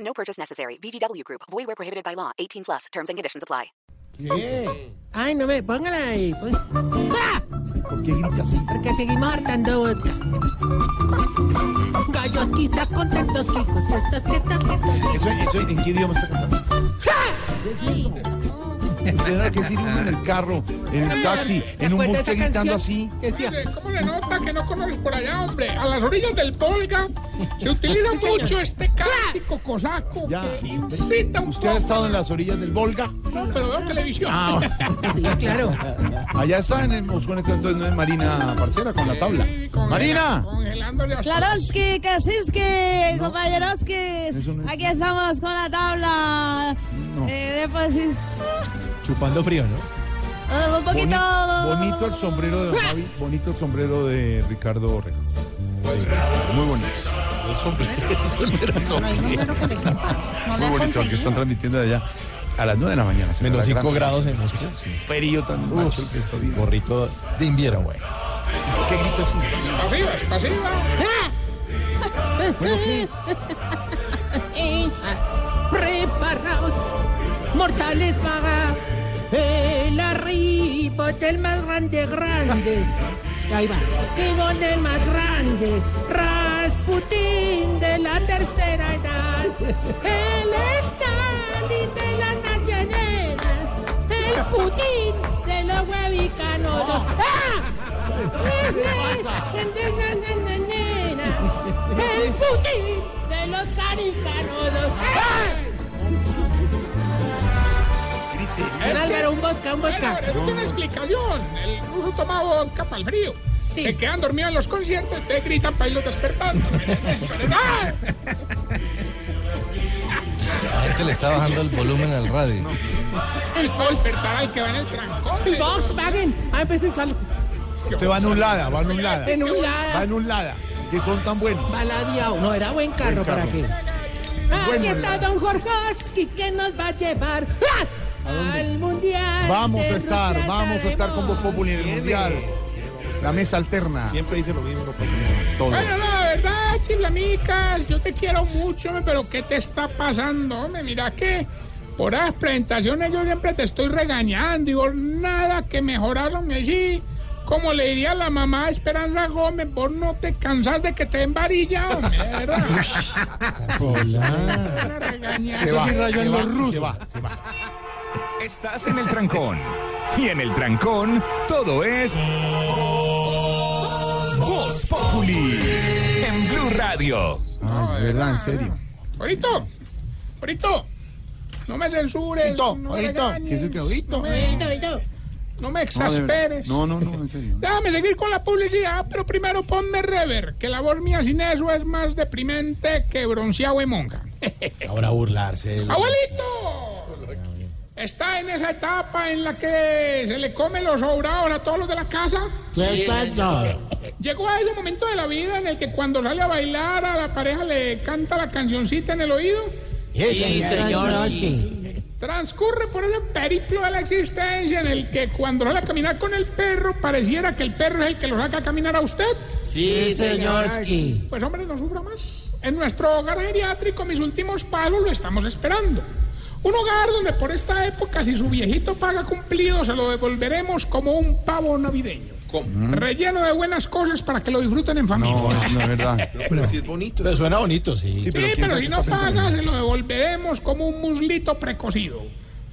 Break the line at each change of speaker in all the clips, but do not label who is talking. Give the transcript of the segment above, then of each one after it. No purchase necessary. VGW Group. Void where prohibited by law. 18 plus. Terms and conditions apply.
¿Qué? Ay, no me, póngala ahí. pon- ¡Ah!
¿Por qué grita así?
Porque seguimos hartando vodka. Gallos quizás con tantos quicos. Estos que estos que-
¿Eso, eso en qué idioma está cantando? ¿Tendrá que decir uno en el carro, en el taxi,
¿Te
en un
acuerdas
bosque
esa
gritando
canción
así?
que decía,
Hombre, ¿Cómo le nota que no conoces por allá, hombre? A las orillas del Volga se utiliza
Sí, señor.
mucho este cántico cosaco
Ya.
que incita un
¿Usted ha
poco.
estado en las orillas del Volga? Ah,
No, pero veo televisión.
Sí, claro.
Allá está en el Moscú, en este entonces no es Marina Parcera con la tabla.
Sí, congela-
¡Marina!
Congelándole hasta-
Klaroski, Kasiski,
No.
compañeroski.
Eso no es.
Aquí estamos con la tabla.
No.
Eh, de posis-
Chupando frío, ¿no?
Ah, un poquito.
bonito el sombrero de don Javi, bonito el sombrero de Ricardo Orrego. Muy bonito. Muy bonito, el que están transmitiendo de allá. A las 9 de la mañana.
Menos 5
cinco
grados en Moscú. Sí.
Frío tan macho el que está haciendo.
Gorrito de invierno, güey.
¿Qué grita así?
Pasiva, es pasiva.
Bueno, ¿qué?
Ah, Preparaos, mortales paga. El arribote el más grande, grande. Ahí va. Pibón del más grande. Rasputín de la tercera edad. El Stalin de la nacionera. El Putin de los huevicanos. ¡Ah! El Putin de los caricanos. ¡Ah! Don Álvaro, un vodka, un
Bueno,
vodka.
pero es una explicación. El ruso tomaba vodka para el frío.
Sí.
Se quedan dormidos en los conciertos, te gritan para irlos despertando. ¡Ah!
La gente Este le está bajando el volumen al radio.
El despertar al que va en el trancón.
El Volkswagen. Ah, pues es algo.
Usted va anulada, va anulada.
En un
Va
lado.
anulada. Que son tan buenos.
Baladeado. No, era buen carro,
Buen
¿para
carro.
qué? Aquí está Don Jorgoski que nos va a llevar ¡ah! al mundial.
Vamos
de
a estar,
Rusia,
vamos a estar con Voz
estaremos.
Populi en el Mundial. La mesa alterna. Siempre dice lo mismo, Todo.
Bueno, la verdad, chiflamicas, yo te quiero mucho, hombre, pero ¿qué te está pasando? Hombre? Mira que por las presentaciones yo siempre te estoy regañando, digo, nada que mejoraron, me sí. Como le diría la mamá de Esperanza Gómez, vos no te cansas de que te den varilla, hombre, de ¿verdad?
Hola.
Una regañada.
Se va,
sí rayó
se
en
va,
lo ruso.
se va, se va.
Estás en el trancón. Y en el trancón, todo es. Voz Populi. En Blue Radio.
Ay, de verdad, en serio.
Ahorito, ahorito, no me censures.
Ahorito,
no me
ahorito,
regañes,
que eso que ahorito.
No me,
Oído, oído.
no me
No, de verdad.
exasperes.
No, no, no, en serio.
Déjame seguir con la publicidad, pero primero ponme rever, que la voz mía sin eso es más deprimente que bronceado y monja.
Ahora burlarse.
¡Abuelito! Está en esa etapa en la que se le come los sobrados a todos los de la casa.
¿Qué pasó?
Llegó a ese momento de la vida en el que cuando sale a bailar a la pareja le canta la cancioncita en el oído.
Sí, señor. Jorgoski.
Transcurre por ese periplo de la existencia en el que cuando sale a caminar con el perro pareciera que el perro es el que lo saca a caminar a usted.
Sí, señorski.
Pues hombre, no sufra más. En nuestro hogar geriátrico, mis últimos palos lo estamos esperando. Un hogar donde por esta época, si su viejito paga cumplido, se lo devolveremos como un pavo navideño. Relleno de buenas cosas para que lo disfruten en familia.
No, no, de verdad.
Pero suena bonito, sí.
Sí,
Sí,
pero,
pero,
¿quién sabe
si
qué
no
está pensando?
paga, se lo devolveremos como un muslito precocido.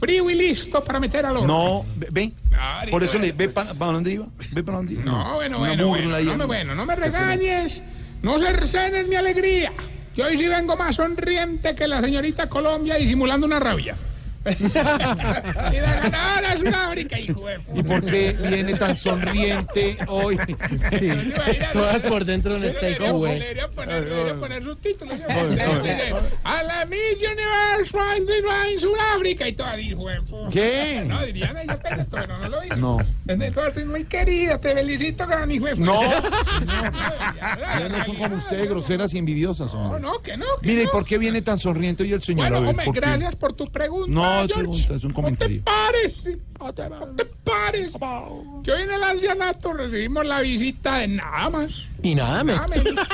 Frío y listo para meter al horno.
No, ve, ve.
Claro,
Por eso
bueno,
le ve pa- para dónde iba. Ve para dónde iba.
No, bueno,
Una
bueno,
burla
bueno,
ahí
no
en-
me, bueno, no me regañes, no cercenes mi alegría. Yo hoy sí vengo más sonriente que la señorita Colombia disimulando una rabia. Y la ganadora es Sudáfrica, hijo de
¿Y
puta.
por qué viene tan sonriente hoy? Sí.
Yo le iba a ir a-
Todas por dentro no
Yo
este
está
le
hijo,
debería-
güey.
debería poner- debería poner su título. yo le- A la Miss Universe Fine Divine Sudáfrica y todo, hijo de puta.
¿Qué?
No, dirían ellos que yo, pero no lo digo.
No.
Entonces, muy querida, te felicito, gran hijo de puta.
No.
Ya
Ya no son como ustedes, groseras y envidiosas,
No,
hombre.
no, que no. que
Mire, ¿y
no.
por qué viene tan sonriente hoy el señor? A
Bueno,
ver,
hombre,
¿por qué?
gracias por tu pregunta.
No,
George.
pregunta, es un comentario.
No te pares. No te pares. Que hoy en el ancianato recibimos la visita de nada más.
Y nada
Nada
más.
menos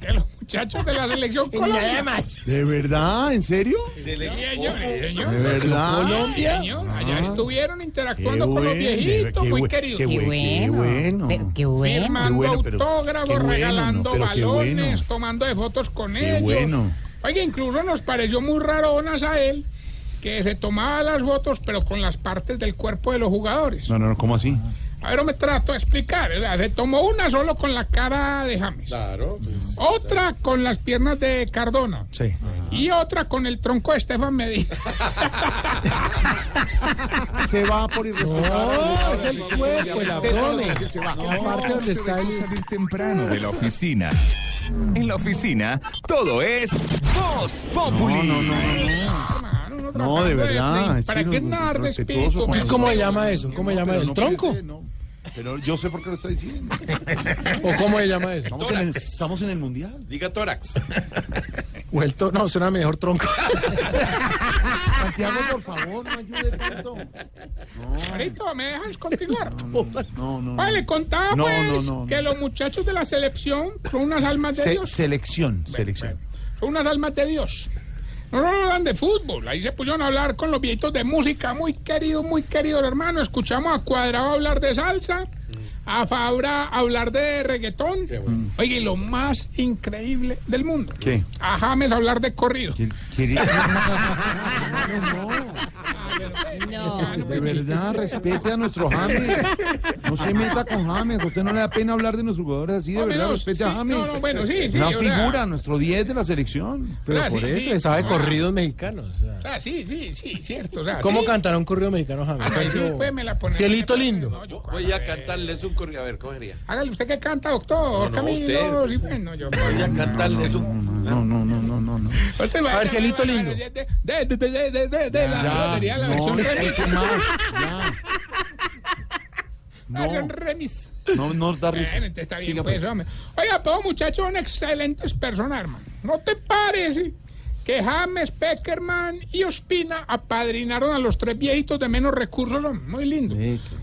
que los muchachos de la selección Colombia.
¿De verdad? ¿En serio?
Sí, señor, sí, señor.
¿De verdad?
Sí, señor. Allá estuvieron
Qué
interactuando con los
bueno, de verdad,
viejitos,
qué
muy
bue-
queridos.
Qué bueno. Qué bueno.
Pero qué bueno.
firmando
bueno, pero-
autógrafos,
qué bueno, no,
regalando
pero qué
balones,
bueno.
tomando de fotos con
Qué
ellos.
bueno.
Oiga, incluso nos pareció muy raro a él que se tomaba las fotos pero con las partes del cuerpo de los jugadores.
No, no, no, ¿cómo así?
A ver, no me trato de explicar. O sea, se tomó una solo con la cara de James,
Claro. pues.
otra con las piernas de Cardona
Sí.
y otra con el tronco de Estefan Medina.
Se va por ir
No, es el cuerpo, el abdomen. La parte donde está el.
Salir temprano de la oficina. En la oficina, todo es Voz Populi.
Hermano, uno
No, de
tratando
verdad. es
¿Para
que
qué
no-
nardar de
respetuoso
espíritu?
con
Pues,
el-
¿Cómo se llama eso? ¿Cómo se llama
Pero
eso?
no
¿El tronco?
puede ser, no. Pero yo sé por qué lo está diciendo.
¿O cómo se llama eso?
Estamos en el, estamos en el mundial.
Diga tórax.
O el tronco. No, suena mejor tronco.
Santiago, por favor, no ayude tanto.
Marito, ¿me dejas continuar?
No, no.
Vale, le contaba
No,
pues
no, no,
que
no.
los muchachos de la selección son unas almas de
Se-
Dios.
selección, selección.
Son unas almas de Dios. No, no, no hablan de fútbol. Ahí se pusieron a hablar con los viejitos de música. Muy querido, muy querido hermano. Escuchamos a Cuadrado hablar de salsa. A Fabra hablar de reggaetón. Oye, y lo más increíble del mundo.
¿Qué?
A James hablar de corrido.
¿Qué- quiere-
Ah, no,
De verdad, respete a nuestro James. No se meta con James. A usted no le da pena hablar de nuestros jugadores así. De
Hombre,
verdad,
no,
respete a
sí,
James.
no, no, bueno, sí, sí,
Una
o sea.
figura, nuestro 10 de la selección.
Pero
Ah,
por
sí,
eso
sí.
le sabe corridos mexicanos. o sea.
ah, sí, sí, sí, cierto. o sea,
¿Cómo
sí.
cantará un corrido mexicano,
Ah, no,
James?
sí, pues, me la ponen.
Cielito lindo.
No, yo-
cantarles un corrido. A ver, cogería.
Hágale usted que canta,
No,
doctor.
no,
Camilo.
usted.
sí, bueno, yo.
Voy a cantarles un.
No, no, no, no, no. no.
A
ver, Cielito lindo.
De, de, de, de, de, de, de la batería, Ah, la
no,
versión remix.
respete más. ya.
La versión
No,
remix.
no, no da
Bueno,
risa.
entonces está bien,
Siga,
pues,
pues.
hombre. Oiga, todos muchachos son excelentes personas, hermano. ¿No te parece que James, Peckerman y Ospina apadrinaron a los tres viejitos de menos recursos? hombre? Muy lindo.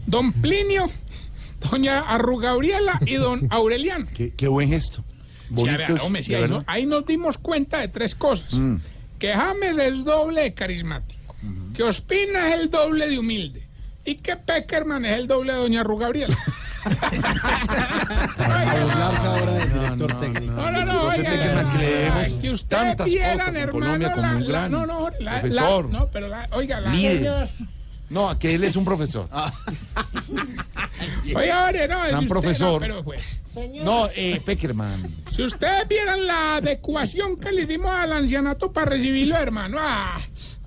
Don Plinio, doña Arrugauriela y don Aureliano.
Qué, qué buen gesto.
Sí, a
Bonito.
ver,
es,
hombre, sí,
de
ahí,
verdad. Mm.
no- ahí nos dimos cuenta de tres cosas. Que James es el doble de carismático, que Ospina es el doble de humilde y que Peckerman es el doble de Doña Ru Gabriela. Oiga,
Hablarse ahora del director técnico.
no, no, no, oiga,
Peckerman, que le
ay,
debemos
que ustedes
tantas
vieran,
cosas en
hermano,
Colombia como
la-
un
la-
gran
no, no, la- la-
profesor.
no, pero la- oiga, la,
Líder. No, que él es un profesor.
oiga, oye, no, es
Gran
usted,
profesor.
no, pero, pues,
No, eh, Peckerman.
Si ustedes vieran la adecuación que le dimos al ancianato para recibirlo, hermano. Ah,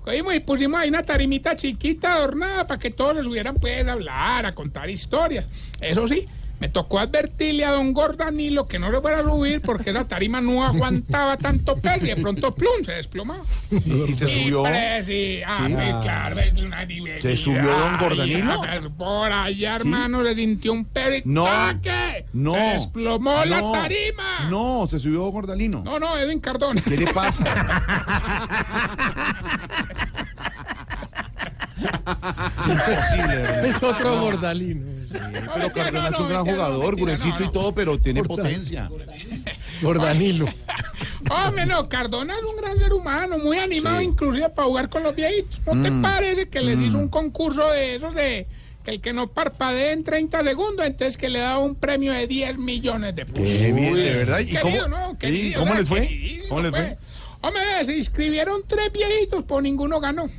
cogimos y pusimos ahí una tarimita chiquita adornada para que todos les hubieran podido hablar, a contar historias. Eso sí, me tocó advertirle a don Gordanilo que no le fuera a subir porque la tarima no aguantaba tanto pegue. De pronto, plum, se desplomaba.
Y se
Y
subió.
presi- ah,
Sí.
pues, claro, es una
¿Se subió don Gordanilo?
Ay, ah, Por allá, hermano, le sintió un peritaque.
No.
Se
No. Ah,
desplomó la
No,
tarima.
No, se subió Gordalino.
No, no, Edwin Cardona.
¿Qué le pasa?
Es otro gordalino.
Pero Cardona es un gran jugador, gruesito y todo, pero tiene potencia.
Gordanilo.
Hombre, no, Cardona es un gran ser humano, muy animado
Sí. Mm.
inclusive para jugar con los viejitos. ¿No te parece que les hizo un concurso de esos de que el que no parpadee en 30 segundos, entonces que le daba un premio de 10 millones de pesos?
Qué bien, de verdad. ¿Y cómo,
Querido, ¿no?
sí,
Querido,
¿cómo
¿no?
les fue?
Queridísimo,
¿Cómo les
pues.
fue?
Hombre, se inscribieron tres viejitos, pues ninguno ganó.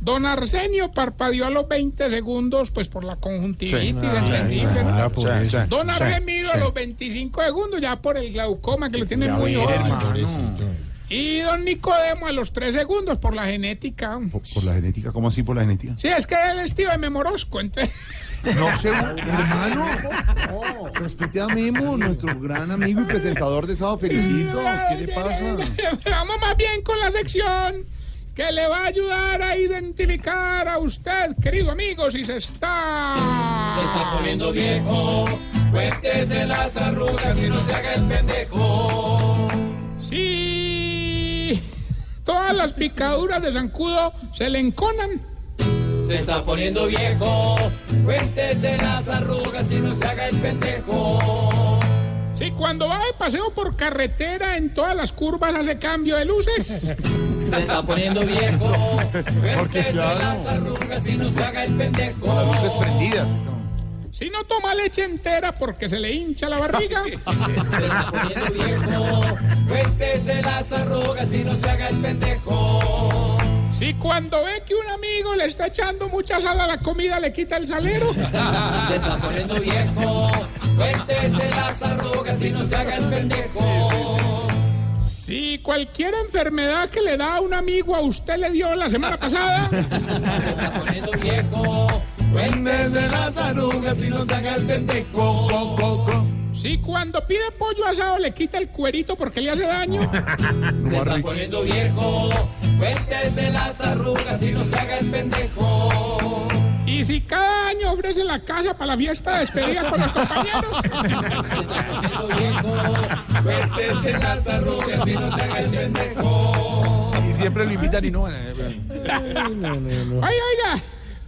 Don Arsenio parpadeó a los 20 segundos, pues por la conjuntivitis, entendible, ¿no?
Ah, por
Sí,
eso.
sí.
Don
Sí,
Argemiro a los 25 segundos ya por el glaucoma que lo tienen muy
Mira,
horrible.
hermano.
Y don Nicodemo a los tres segundos por la genética. hombre.
Por, por la genética, ¿cómo así por la genética?
Sí, es que él es tío de Memorosco, entonces.
No sé, hermano. Respete a Memo, nuestro gran amigo y presentador de Sábado Felicitos. ¿Qué le pasa?
Vamos más bien con la lección que le va a ayudar a identificar a usted, querido amigo, si se está... Se está poniendo viejo, cuéntese las arrugas y no se haga el pendejo. Sí, todas las picaduras de zancudo se le enconan. Sí, cuando va de paseo por carretera en todas las curvas hace cambio de luces.
Porque claro. Con las luces prendidas.
Si no toma leche entera porque se le hincha la barriga. Si cuando ve que un amigo le está echando mucha sal a la comida le quita el salero. Si cualquier enfermedad que le da a un amigo a usted le dio la semana pasada.
Co, co, co.
Si cuando pide pollo asado le quita el cuerito porque le hace daño. Y si cada año ofrece la casa para la fiesta de despedida con los compañeros.
Y siempre lo invitan y no. eh,
Ay, oiga,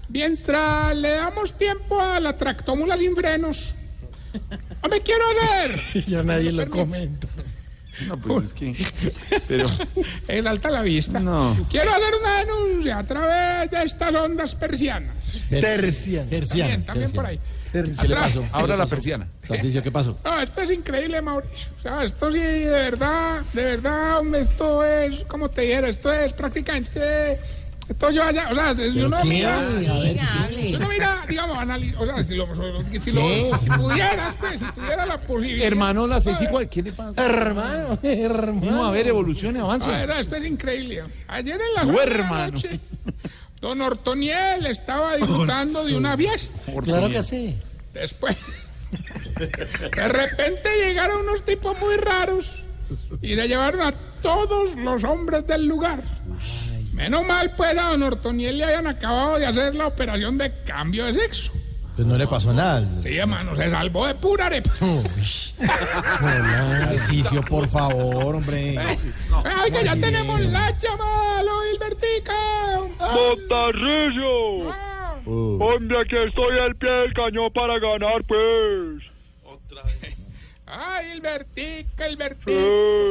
mientras le damos tiempo a la tractómula sin frenos. ¡No me quiero leer!
Ya nadie lo comenta.
No, pues es que. Pero.
En alta la vista.
No.
Quiero hacer una denuncia a través de estas ondas persianas.
Tercian.
Bien, también por ahí.
¿Qué le pasó?
Ahora la persiana.
Tarcicio, ¿qué pasó?
No, esto es increíble, Mauricio. O sea, esto sí, de verdad, de verdad, hombre, esto es, como te dijera, esto es prácticamente. Esto yo allá, o sea, es uno mira, si uno mira, digamos, anali- o sea, si lo, si lo- si pudieras, pues, si tuviera la posibilidad.
Hermano, las seis igual. ¿Qué le pasa?
Hermano, hermano.
No, a ver, evolucione,
A ver,
avance.
Ah, esto es increíble. Ayer en las
Tu
ocho de la
hermano.
noche, don Ortoniel estaba disfrutando de una fiesta.
Claro que sí.
Después, de repente llegaron unos tipos muy raros y le llevaron a todos los hombres del lugar. Menos mal, pues a don Ortoniel le habían acabado de hacer la operación de cambio de sexo.
Pues no le pasó nada.
Sí, hermano, se salvó de pura arepa.
Tarcicio, por favor, hombre.
Ay, que ya tenemos la llamada, lo Hilbertica.
Don Tarrillo,
Ah,
hombre, aquí estoy al pie del cañón para ganar, pues.
Otra vez.
Ay, Hilbertica, Hilbertica.
Sí.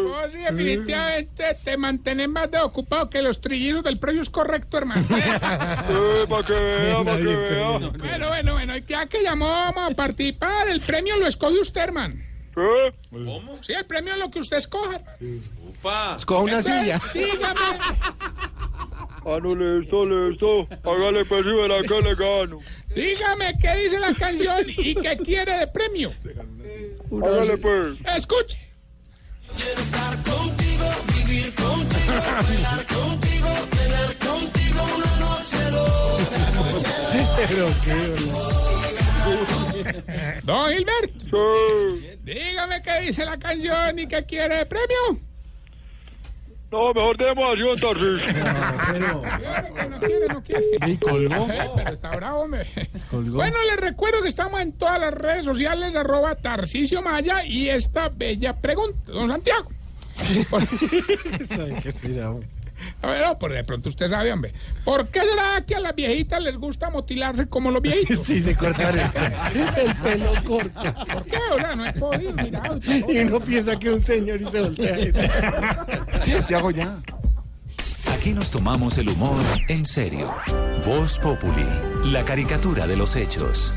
Vos sí, definitivamente te mantenés más de ocupado que los trillizos del precio es correcto, hermano.
Eh, para que vea, para que
Nadie se
vea.
Bueno, bueno, bueno, y ya que llamó vamos a participar, el premio lo escoge usted, hermano.
Eh,
¿Cómo?
Sí, el premio es lo que usted escoja.
Upa.
Con una silla.
Dígame,
ah, no, listo, listo. Hágale, pues, y verá que le gano.
dígame qué dice la canción y qué quiere de premio.
Hágale, pues.
Escuche. Don Gilberto,
Sí.
dígame qué dice la canción y qué quiere de premio.
No, mejor demos así, don Tarrillo.
Claro que no quiere, no quiere.
Y colgó.
Eh, pero está bravo, hombre. Bueno, les recuerdo que estamos en todas las redes sociales, arroba Tarcicio Maya y esta bella pregunta, don Santiago.
¿Sabe qué se llama?
A ver, no, pues de pronto usted sabe, hombre. ¿Por qué será que a las viejitas les gusta mutilarse como los viejitos?
Sí, se corta el pelo. El pelo corta.
¿Por qué? O sea, no he podido, mirado.
Y uno piensa que es un señor y se voltea.
Te hago ya.
Aquí nos tomamos el humor en serio. Voz Populi, la caricatura de los hechos.